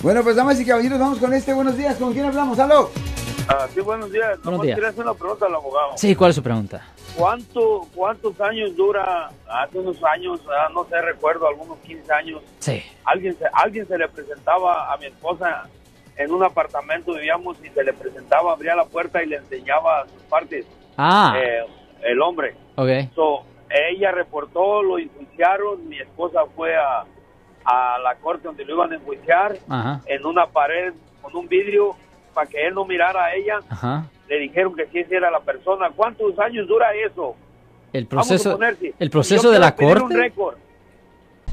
Bueno, pues damas y caballeros, vamos con este. Buenos días. ¿Con quién hablamos? ¡Aló! Ah, sí, buenos días. Buenos Nomás días. quería hacer una pregunta al abogado. Sí, ¿cuál es su pregunta? ¿Cuánto, ¿Cuántos años dura? Hace unos años, ah, no sé, recuerdo, algunos 15 años, Sí. alguien se, alguien se le presentaba a mi esposa en un apartamento, vivíamos, y se le presentaba, abría la puerta y le enseñaba sus partes, Ah, eh, el hombre. ok. So, ella reportó, lo enjuiciaron, mi esposa fue a, a la corte donde lo iban a enjuiciar, Ajá, en una pared con un vidrio para que él no mirara a ella. ajá. Le dijeron que sí esa era la persona. ¿Cuántos años dura eso? El Vamos a proceso, poner, sí. el Yo proceso de quiero la pedir un corte. récord.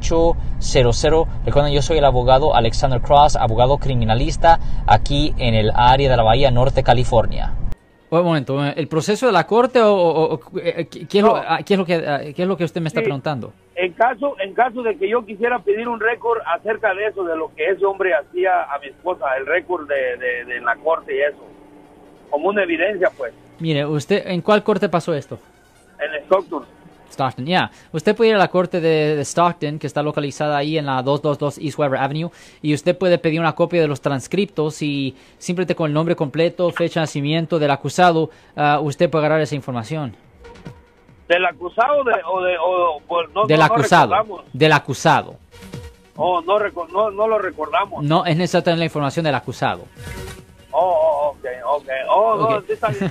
1-800-530-1800. Recuerden, yo soy el abogado Alexander Cross, abogado criminalista aquí en el área de la Bahía Norte, California. Oh, un momento, un momento. ¿el proceso de la corte o, o- o- eh, qué, qué es lo, No. ah, qué es lo que, ah, qué es lo que usted me está Sí. preguntando? En caso, en caso de que yo quisiera pedir un récord acerca de eso, de lo que ese hombre hacía a mi esposa, el récord de, de- de la corte y eso, como una evidencia, pues, Mire, usted, ¿en cuál corte pasó esto? en Stockton. Stockton, ya. Usted puede ir a la corte de, de Stockton, que está localizada ahí en la 222 East Weber Avenue, y usted puede pedir una copia de los transcriptos y simplemente con el nombre completo, fecha de nacimiento del acusado, ah, usted puede agarrar esa información. ¿Del acusado de, o de... O, pues, no, del no- no acusado. recordamos. del acusado. Oh, no, reco- no, no lo recordamos. No es necesario tener la información del acusado. Oh, oh, ok, ok. Oh, no, Ok. sí está bien.